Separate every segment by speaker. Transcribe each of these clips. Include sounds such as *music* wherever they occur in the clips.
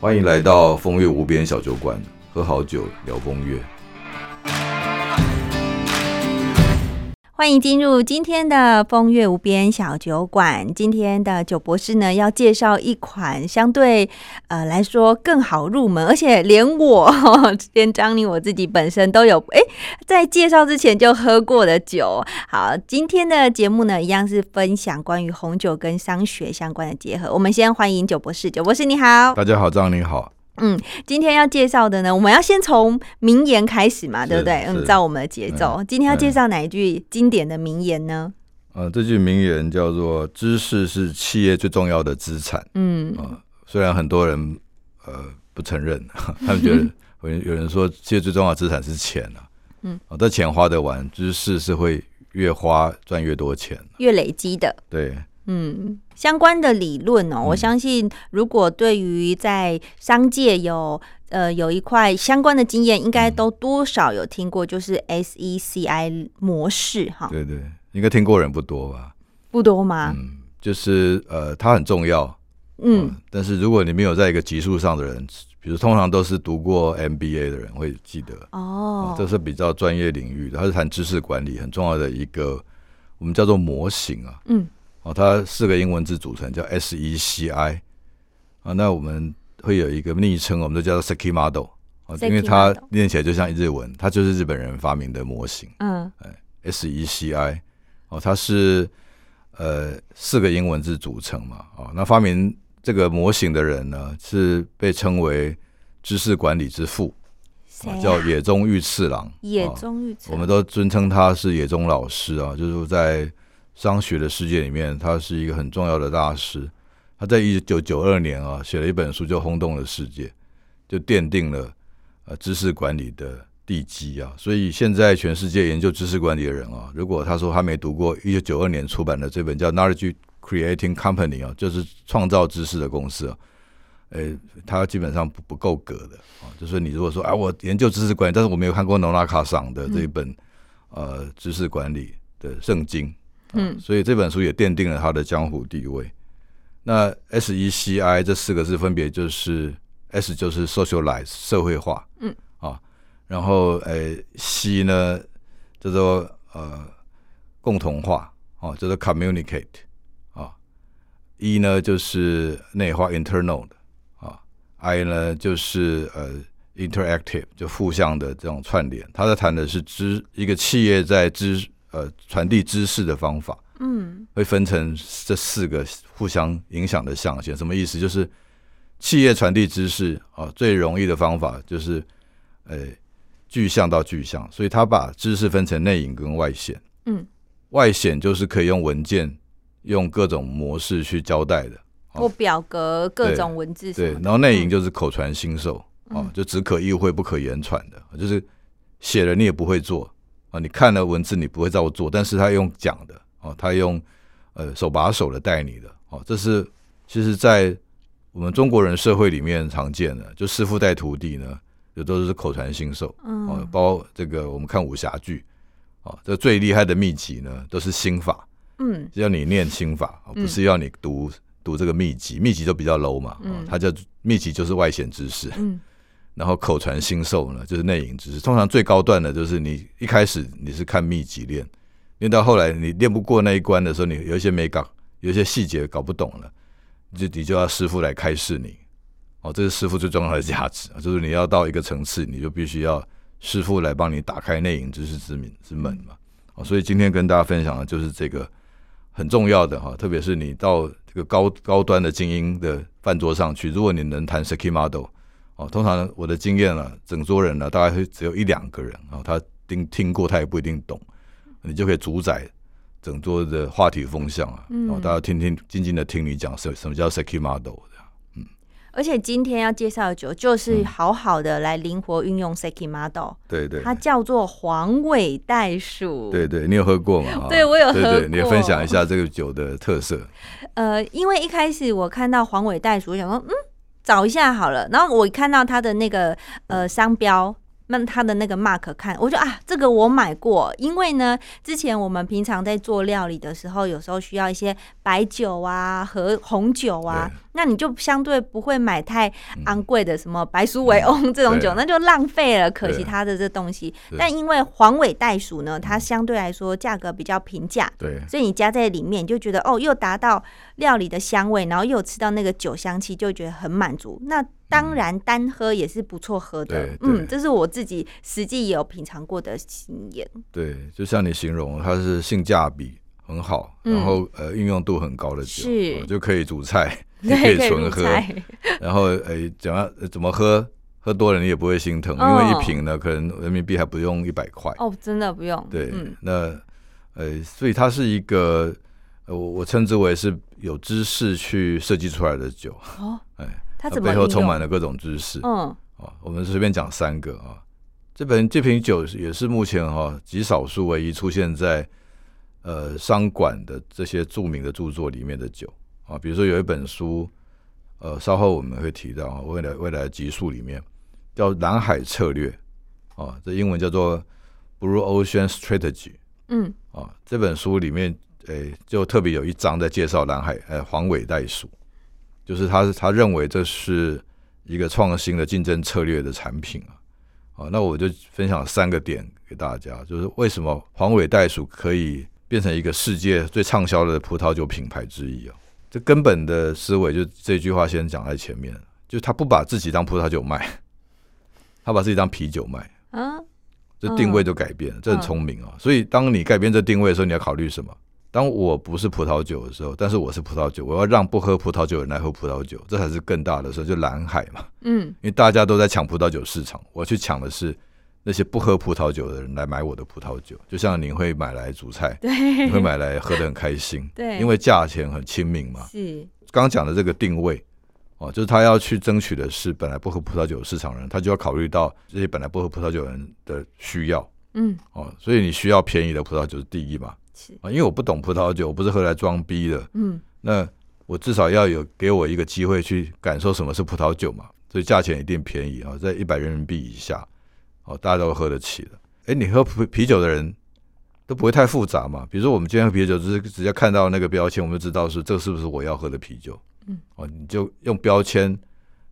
Speaker 1: 欢迎来到风月无边小酒馆，喝好酒聊风月。
Speaker 2: 欢迎进入今天的风月无边小酒馆。今天的酒博士呢，要介绍一款相对呃来说更好入门，而且连我呃连张宁我自己本身都有哎，在介绍之前就喝过的酒。好，今天的节目呢，一样是分享关于红酒跟商学相关的结合。我们先欢迎酒博士，酒博士你好。
Speaker 1: 大家好，张林好，
Speaker 2: 今天要介绍的呢，我们要先从名言开始嘛，
Speaker 1: 是
Speaker 2: 对不对？
Speaker 1: 是
Speaker 2: 嗯，照我们的节奏，今天要介绍哪一句经典的名言呢？
Speaker 1: 呃，这句名言叫做“知识是企业最重要的资产
Speaker 2: 嗯”
Speaker 1: 啊、虽然很多人呃不承认， *laughs* 他们觉得有人有人说企业最重要的资产是钱啊，
Speaker 2: 嗯
Speaker 1: 啊，但钱花得完，知识是会越花赚越多钱。
Speaker 2: 越累积的。
Speaker 1: 对，
Speaker 2: 嗯，相关的理论
Speaker 1: 嗯
Speaker 2: 哦，我相信如果对于在商界有呃有一块相关的经验，应该都多少有听过，就是 SECI 模式哈，
Speaker 1: 对对，应该听过人不多吧？
Speaker 2: 不多吗？
Speaker 1: 嗯，就是呃，它很重要，
Speaker 2: 嗯，
Speaker 1: 但是如果你没有在一个级数上的人，比如通常都是读过 MBA 的人会记得，啊
Speaker 2: 哦，
Speaker 1: 这是比较专业领域的，它是谈知识管理很重要的一个，我们叫做模型啊，
Speaker 2: 嗯，
Speaker 1: 哦，它四个英文字组成叫 SECI 啊，那我们会有一个昵称，我们都叫做 Seki Model 啊，
Speaker 2: Seki
Speaker 1: 因为它
Speaker 2: model
Speaker 1: 念起来就像日文，它就是日本人发明的模型。
Speaker 2: 嗯
Speaker 1: SECI E 哦，它是呃四个英文字组成嘛哦，那发明这个模型的人呢是被称为知识管理之父，
Speaker 2: 谁
Speaker 1: 哦
Speaker 2: 啊
Speaker 1: 叫野中裕次郎。
Speaker 2: 野
Speaker 1: 哦
Speaker 2: 中玉成
Speaker 1: 我们都尊称他是野中老师啊，就是说在商学的世界里面，他是一个很重要的大师。他在一九九二年啊，写了一本书，就轰动了世界，就奠定了呃知识管理的地基啊。所以现在全世界研究知识管理的人啊，如果他说他没读过一九九二年出版的这本叫《Knowledge Creating Company》啊，就是创造知识的公司啊，呃，他基本上不不够格的啊。就是你如果说啊，我研究知识管理，但是我没有看过农拉卡赏的这一本、呃知识管理的圣经，啊
Speaker 2: 嗯
Speaker 1: 所以这本书也奠定了他的江湖地位。那 S E C I 这四个字分别就是 S 就是 socialize 社会化，
Speaker 2: 嗯
Speaker 1: 啊，然后呃 C 呢叫做呃共同化哦，叫做 communicate 啊，E 呢就是内化 internal 的啊，I 呢就是呃 interactive 就互相的这种串联。他在谈的是知一个企业在知呃传递知识的方法。
Speaker 2: 嗯
Speaker 1: 会分成这四个互相影响的象限。什么意思？就是企业传递知识啊，最容易的方法就是呃具象到具象，所以他把知识分成内隐跟外显。
Speaker 2: 嗯，
Speaker 1: 外显就是可以用文件、用各种模式去交代的，好
Speaker 2: 或表格各
Speaker 1: 对
Speaker 2: 种文字什
Speaker 1: 对
Speaker 2: 么。的，
Speaker 1: 然后内隐就是口传心授啊
Speaker 2: 嗯，
Speaker 1: 就只可意会不可言传的，就是写了你也不会做啊，你看了文字你不会照做，但是他用讲的哦，他用呃手把手的带你的哦，这是其实，在我们中国人社会里面常见的，就师傅带徒弟呢，也都是口传心授哦
Speaker 2: 嗯，
Speaker 1: 包括这个我们看武侠剧哦，这最厉害的秘籍呢都是心法，
Speaker 2: 嗯
Speaker 1: 是要你念心法，哦
Speaker 2: 嗯
Speaker 1: 不是要你读、读这个秘籍，秘籍就比较 low 嘛，哦
Speaker 2: 嗯
Speaker 1: 它叫秘籍就是外显知识，
Speaker 2: 嗯
Speaker 1: 然后口传心授呢就是内隐知识。通常最高段的就是你一开始你是看秘籍练，练到后来你练不过那一关的时候，你有一些没搞，有一些细节搞不懂了，就你就要师傅来开示你。哦，这是师傅最重要的价值，就是你要到一个层次，你就必须要师傅来帮你打开内隐知识之门之门嘛。哦，所以今天跟大家分享的就是这个很重要的哦哈，特别是你到这个高高端的精英的饭桌上去，如果你能谈 Seki Model，哦，通常我的经验啊，整桌人呢、大概会只有一两个人啊、哦，他听听过，他也不一定懂，你就可以主宰整桌的话题风向啊，
Speaker 2: 嗯
Speaker 1: 然后、大家听听静静的听你讲什什么叫 Seki Model 这样
Speaker 2: 而且今天要介绍的酒，就是
Speaker 1: 嗯
Speaker 2: 好好的来灵活运用 Seki Model，、
Speaker 1: 对对
Speaker 2: 它叫做黄尾袋鼠。
Speaker 1: 对对，你有喝
Speaker 2: *laughs*
Speaker 1: 过吗？啊
Speaker 2: 对我有喝
Speaker 1: 对对，你
Speaker 2: 过
Speaker 1: 分享一下这个酒的特
Speaker 2: *laughs*
Speaker 1: 色。
Speaker 2: 呃，因为一开始我看到黄尾袋鼠，我想说嗯，找一下好了。然后我一看到它的那个呃商标那它的那个 mark 看，我就啊，这个我买过，因为呢，之前我们平常在做料理的时候，有时候需要一些白酒啊和红酒啊
Speaker 1: 对，嗯
Speaker 2: 那你就相对不会买太昂贵的什么白苏维翁这种酒，那就浪费了，可惜
Speaker 1: 对嗯
Speaker 2: 它的这东西。
Speaker 1: 是
Speaker 2: 但因为黄尾袋鼠呢，它相对来说价格比较平价，
Speaker 1: 对
Speaker 2: 所以你加在里面，你就觉得哦，又达到料理的香味，然后又有吃到那个酒香气，就觉得很满足。那当然，单喝也是不错喝的。
Speaker 1: 嗯对
Speaker 2: 嗯，
Speaker 1: 对
Speaker 2: 这是我自己实际也有品尝过的经验。
Speaker 1: 对，就像你形容，它是性价比很好，
Speaker 2: 嗯
Speaker 1: 然后呃应用度很高的酒，
Speaker 2: 是
Speaker 1: 哦就可以煮菜，也可
Speaker 2: *laughs* 对，
Speaker 1: 以
Speaker 2: 入
Speaker 1: 纯喝，
Speaker 2: 菜。
Speaker 1: 然后诶怎么样呃怎么喝，喝多了你也不会心疼，因
Speaker 2: 哦
Speaker 1: 为一瓶呢可能人民币还不用一百块。
Speaker 2: *laughs* 哦，真的不用。
Speaker 1: 对，
Speaker 2: 嗯，
Speaker 1: 那呃，所以它是一个，呃我我称之为是有知识去设计出来的酒，
Speaker 2: 哦，
Speaker 1: 哎，
Speaker 2: 它
Speaker 1: 它
Speaker 2: 怎么
Speaker 1: 背后
Speaker 2: 运
Speaker 1: 充
Speaker 2: 用
Speaker 1: 满了各种知识。
Speaker 2: 嗯，
Speaker 1: 哦，我们随便讲三个啊、这本这瓶酒也是目前哈、极少数唯一出现在呃商馆的这些著名的著作里面的酒啊，比如说有一本书，呃，稍后我们会提到啊，未来未来的集数里面叫《蓝海策略》啊，这英文叫做 Blue Ocean Strategy。
Speaker 2: 嗯，
Speaker 1: 啊，这本书里面，诶、就特别有一章在介绍蓝海，呃，黄尾袋鼠，就是他他认为这是一个创新的竞争策略的产品啊。啊，那我就分享三个点给大家，就是为什么黄尾袋鼠可以变成一个世界最畅销的葡萄酒品牌之一啊。这根本的思维，就这句话先讲在前面，就他不把自己当葡萄酒卖，他把自己当啤酒卖。
Speaker 2: 啊，
Speaker 1: 这定位就改变了，这很聪明啊、所以当你改变这定位的时候，你要考虑什么？当我不是葡萄酒的时候，但是我是葡萄酒，我要让不喝葡萄酒的人来喝葡萄酒，这才是更大的事，就蓝海嘛。
Speaker 2: 嗯，
Speaker 1: 因为大家都在抢葡萄酒市场，我去抢的是那些不喝葡萄酒的人来买我的葡萄酒，就像你会买来煮菜，你会
Speaker 2: 对，，
Speaker 1: 买来喝得很开心
Speaker 2: 对
Speaker 1: 因为价钱很亲民嘛。
Speaker 2: 是，
Speaker 1: 刚刚讲的这个定位，哦，就是他要去争取的是本来不喝葡萄酒的市场的人，他就要考虑到这些本来不喝葡萄酒的人的需要。
Speaker 2: 嗯，
Speaker 1: 哦，所以你需要便宜的葡萄酒是第一嘛？
Speaker 2: 是，
Speaker 1: 啊，因为我不懂葡萄酒，我不是喝来装逼的，
Speaker 2: 嗯，
Speaker 1: 那我至少要有给我一个机会去感受什么是葡萄酒嘛，所以价钱一定便宜啊、在一百人民币以下，哦，大家都喝得起的。哎，你喝啤啤酒的人都不会太复杂嘛，比如说我们今天喝啤酒，只是直接看到那个标签，我们就知道是这是不是我要喝的啤酒，
Speaker 2: 嗯，
Speaker 1: 哦，你就用标签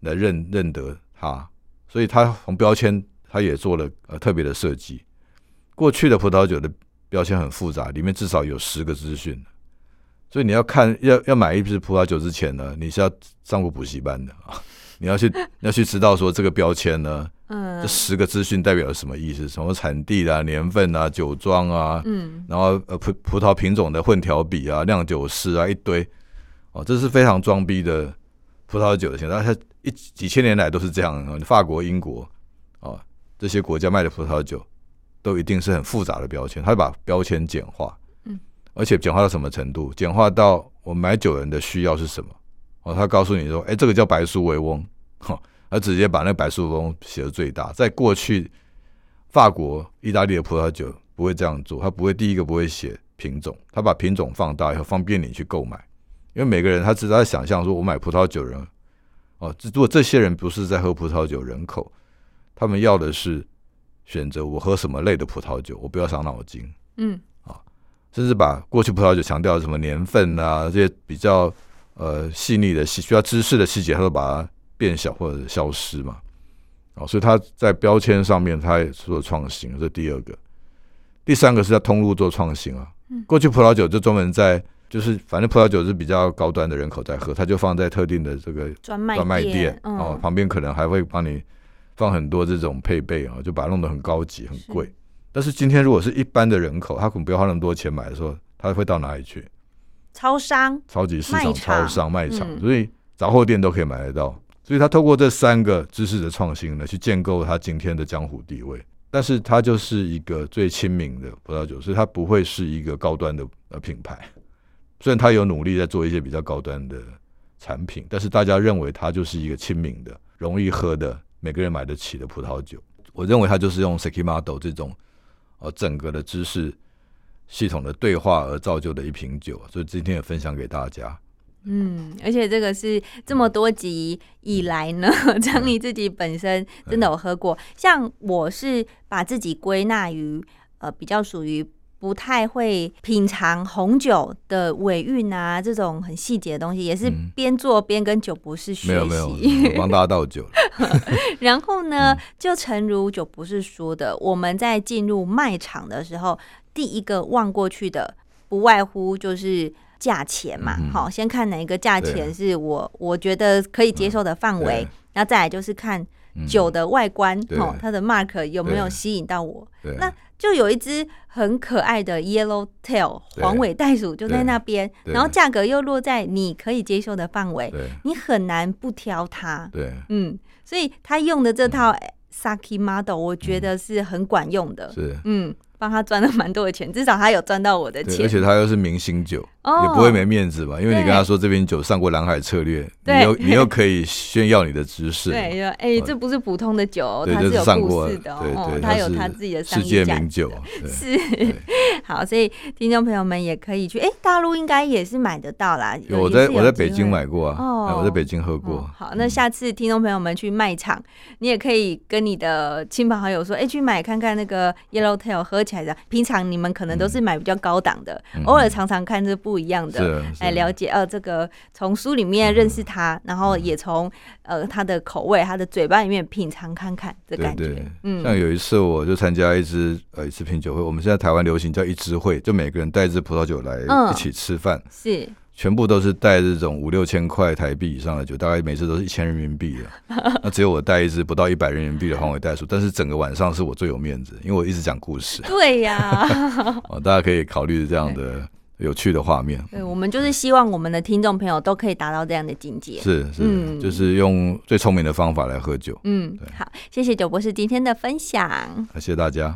Speaker 1: 来认认得它，所以它从标签它也做了呃特别的设计。过去的葡萄酒的标签很复杂，里面至少有十个资讯。所以你要看要要买一支葡萄酒之前呢，你是要上过补习班的 *laughs* 啊，你要去要去知道说这个标签呢，
Speaker 2: 嗯
Speaker 1: 这，十个资讯代表了什么意思，什么产地啊、年份啊、酒庄啊，
Speaker 2: 嗯，
Speaker 1: 然后呃葡葡萄品种的混调比啊、酿酒师啊一堆，哦，这是非常装逼的葡萄酒的现象，它一几千年来都是这样啊，法国、英国啊、哦、这些国家卖的葡萄酒都一定是很复杂的标签，它把标签简化，
Speaker 2: 嗯，
Speaker 1: 而且简化到什么程度？简化到我买酒人的需要是什么？哦，他告诉你说，哎，这个叫白苏维翁， *laughs* 哈、他直接把那个白苏维翁写的最大，在过去。法国、意大利的葡萄酒不会这样做，他不会第一个不会写品种，他把品种放大以后方便你去购买，因为每个人他只在想象说，我买葡萄酒人，哦，这如果这些人不是在喝葡萄酒人口，他们要的是选择我喝什么类的葡萄酒，我不要伤脑筋，
Speaker 2: 嗯，
Speaker 1: 甚至把过去葡萄酒强调的什么年份啊这些比较呃细腻的细需要知识的细节，它都把它变小或者消失嘛。哦，所以它在标签上面它也做创新，这是第二个。第三个是在通路做创新啊
Speaker 2: 嗯。
Speaker 1: 过去葡萄酒就专门在就是反正葡萄酒是比较高端的人口在喝，它就放在特定的这个
Speaker 2: 专卖
Speaker 1: 专卖店
Speaker 2: 嗯，
Speaker 1: 哦，旁边可能还会帮你放很多这种配备啊、就把它弄得很高级、很
Speaker 2: 是
Speaker 1: 贵。但是今天如果是一般的人口，他可能不要花那么多钱买的时候，他会到哪里去？
Speaker 2: 超商，
Speaker 1: 超级市
Speaker 2: 卖
Speaker 1: 场、
Speaker 2: 场
Speaker 1: 超商、卖场，
Speaker 2: 嗯
Speaker 1: 所以杂货店都可以买得到。所以他透过这三个知识的创新呢，去建构他今天的江湖地位。但是它就是一个最亲民的葡萄酒，所以它不会是一个高端的呃品牌。虽然它有努力在做一些比较高端的产品，但是大家认为它就是一个亲民的、容易喝的、每个人买得起的葡萄酒。我认为它就是用 Sekimado 这种呃整个的知识系统的对话而造就的一瓶酒，所以今天也分享给大家。
Speaker 2: 嗯，而且这个是这么多集
Speaker 1: 嗯
Speaker 2: 以来呢， *laughs* 张你自己本身真的有喝过。像我是把自己归纳于呃比较属于不太会品尝红酒的尾韵啊，这种很细节的东西，也是
Speaker 1: 嗯
Speaker 2: 边做边跟酒博士
Speaker 1: 没
Speaker 2: 学
Speaker 1: 有没有
Speaker 2: 习。，
Speaker 1: 王大倒酒
Speaker 2: *laughs*
Speaker 1: 了。
Speaker 2: 然后
Speaker 1: 嗯
Speaker 2: 呢，就诚如酒博士说的，我们在进入卖场的时候，第一个望过去的不外乎就是。价钱嘛
Speaker 1: 嗯，哼
Speaker 2: 好、先看哪一个价钱
Speaker 1: 对啊
Speaker 2: 是我我觉得可以接受的范围，
Speaker 1: 对
Speaker 2: 然后再来就是看
Speaker 1: 嗯
Speaker 2: 酒的外观，
Speaker 1: 对
Speaker 2: 哦，它的 mark 有没有
Speaker 1: 对
Speaker 2: 吸引到我？
Speaker 1: 对，
Speaker 2: 那就有一只很可爱的 yellow tail
Speaker 1: 对
Speaker 2: 黄尾袋鼠就在
Speaker 1: 对
Speaker 2: 那边，
Speaker 1: 对
Speaker 2: 然后价格又落在你可以接受的范围，
Speaker 1: 对
Speaker 2: 你很难不挑它。
Speaker 1: 对
Speaker 2: 嗯，所以他用的这
Speaker 1: 嗯
Speaker 2: 套 Saki model，我觉得是很管用的。
Speaker 1: 是。
Speaker 2: 嗯，帮他赚了蛮多的钱，至少他有赚到我的
Speaker 1: 对，
Speaker 2: 呃钱。
Speaker 1: 而且他又是明星酒，
Speaker 2: 哦
Speaker 1: 也不会没面子吧？因为你
Speaker 2: 对
Speaker 1: 跟他说这瓶酒上过蓝海策略，
Speaker 2: 对
Speaker 1: 你又你又可以炫耀你的知识，
Speaker 2: 对，就哎、这不是普通的酒哦，
Speaker 1: 嗯对，
Speaker 2: 它
Speaker 1: 就是
Speaker 2: 有
Speaker 1: 上
Speaker 2: 故
Speaker 1: 过，
Speaker 2: 事的哦
Speaker 1: 对
Speaker 2: 哦，
Speaker 1: 对，
Speaker 2: 它有
Speaker 1: 是
Speaker 2: 它自己的商
Speaker 1: 世界
Speaker 2: 业价
Speaker 1: 名
Speaker 2: 值。
Speaker 1: 酒，对
Speaker 2: 是 *laughs* 好，所以听众朋友们也可以去，哎、大陆应该也是买得到啦。
Speaker 1: 有我
Speaker 2: 也是
Speaker 1: 在
Speaker 2: 有
Speaker 1: 我在
Speaker 2: 机
Speaker 1: 北京
Speaker 2: 会
Speaker 1: 买过啊，
Speaker 2: 哦
Speaker 1: 哎我在北京喝过
Speaker 2: 哦。好，那下次听众朋友们去卖场，你也可以跟你的亲朋好友说，哎、去买看看那个 Yellow Tail 喝起来的。平常你们可
Speaker 1: 嗯
Speaker 2: 能都是买比较高档的，偶尔尝尝看是不一样的。
Speaker 1: 是啊嗯
Speaker 2: 来了解呃，这个从书里面认识它，然后也从呃它的口味、它的嘴巴里面品尝看看的
Speaker 1: 对
Speaker 2: 感觉。
Speaker 1: 对，像
Speaker 2: 嗯，
Speaker 1: 有一次我就参加一支呃一次品酒会，我们现在台湾流行叫一支会，就每个人带一支葡萄酒
Speaker 2: 嗯
Speaker 1: 来一起吃饭，
Speaker 2: 是
Speaker 1: 全部都是带这种五六千块台币以上的酒，大概每次都是一千人民币的，那只有我带一支不到一百人民币的黄尾袋鼠，但是整个晚上是我最有面子，因为我一直讲故
Speaker 2: *laughs*
Speaker 1: 事
Speaker 2: 对呀、 *laughs*
Speaker 1: 哦，大家可以考虑这样的有趣的画面。
Speaker 2: 对，我们就是希望我们的听众朋友都可以达到这样的境界。
Speaker 1: 是是，
Speaker 2: 嗯
Speaker 1: 就是用最聪明的方法来喝酒。
Speaker 2: 嗯，好，谢谢九博士今天的分享。
Speaker 1: 谢谢大家。